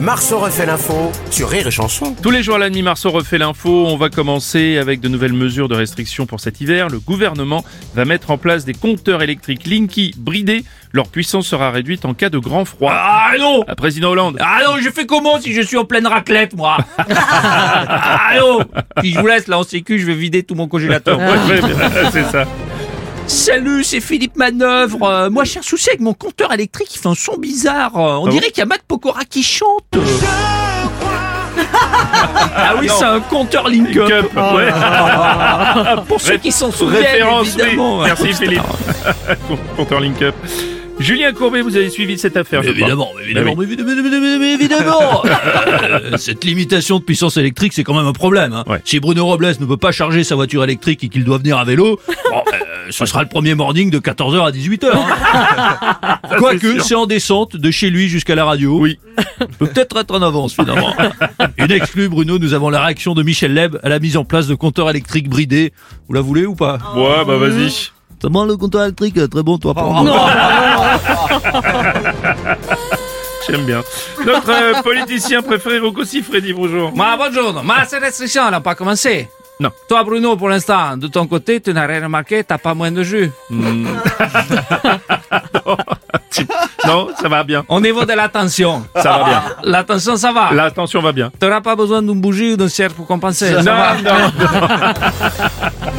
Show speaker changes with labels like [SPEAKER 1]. [SPEAKER 1] Marceau refait l'info sur Rire et Chanson.
[SPEAKER 2] Tous les jours à la nuit, Marceau refait l'info. On va commencer avec de nouvelles mesures de restriction pour cet hiver. Le gouvernement va mettre en place des compteurs électriques Linky bridés. Leur puissance sera réduite en cas de grand froid.
[SPEAKER 3] Ah non
[SPEAKER 2] Ah, président Hollande.
[SPEAKER 3] Ah non, je fais comment si je suis en pleine raclette, moi Ah non Puis je vous laisse, là, en sécu, je vais vider tout mon congélateur.
[SPEAKER 2] Ah. Ouais, ouais,
[SPEAKER 3] Ah.
[SPEAKER 2] bien, c'est ça.
[SPEAKER 3] Salut, c'est Philippe Manœuvre. Euh, moi, j'ai un souci avec mon compteur électrique, il fait un son bizarre. Euh, on
[SPEAKER 2] Ah
[SPEAKER 3] dirait qu'il y a Matt Pokora qui chante. ah oui,
[SPEAKER 2] non.
[SPEAKER 3] c'est un compteur link
[SPEAKER 2] Link up, ouais.
[SPEAKER 3] Pour ceux qui s'en souviennent,
[SPEAKER 2] Référence, oui.
[SPEAKER 3] évidemment. Oh,
[SPEAKER 2] Merci Philippe. Compteur Link Up. Julien Courbet, vous avez suivi cette affaire, je
[SPEAKER 4] Mais
[SPEAKER 2] crois.
[SPEAKER 4] évidemment, mais évidemment,
[SPEAKER 2] Bah
[SPEAKER 4] mais évidemment, mais évidemment, mais évidemment. Euh, Cette limitation de puissance électrique, c'est quand même un problème. hein.
[SPEAKER 2] Ouais.
[SPEAKER 4] Si Bruno Robles ne peut pas charger sa voiture électrique et qu'il doit venir à vélo, bon, euh, ce sera le premier morning de 14h à 18h. hein. Quoique, c'est en descente de chez lui jusqu'à la radio.
[SPEAKER 2] Oui.
[SPEAKER 4] Peut peut-être être en avance finalement. Une exclue, Bruno, nous avons la réaction de Michel Leb à la mise en place de compteurs électriques bridés. Vous la voulez ou pas
[SPEAKER 2] Ouais, bah
[SPEAKER 3] Mmh.
[SPEAKER 2] vas-y.
[SPEAKER 4] Ça manque le compteur électrique, très bon, toi. pour moi.
[SPEAKER 2] J'aime bien. Notre euh, politicien préféré, Rocco Siffredi, bonjour.
[SPEAKER 3] Ma bonjour, ma ces restrictions, n'a pas commencé.
[SPEAKER 2] Non.
[SPEAKER 3] Toi, Bruno, pour l'instant, de ton côté, tu n'as rien remarqué, t'as pas moins de jus.
[SPEAKER 2] Non, ça va bien.
[SPEAKER 3] Au niveau de la tension,
[SPEAKER 2] Ça va bien.
[SPEAKER 3] la tension, ça va.
[SPEAKER 2] La tension va bien.
[SPEAKER 3] T'auras pas besoin d'une bougie ou d'un cerf pour compenser. ça va.
[SPEAKER 2] non, non.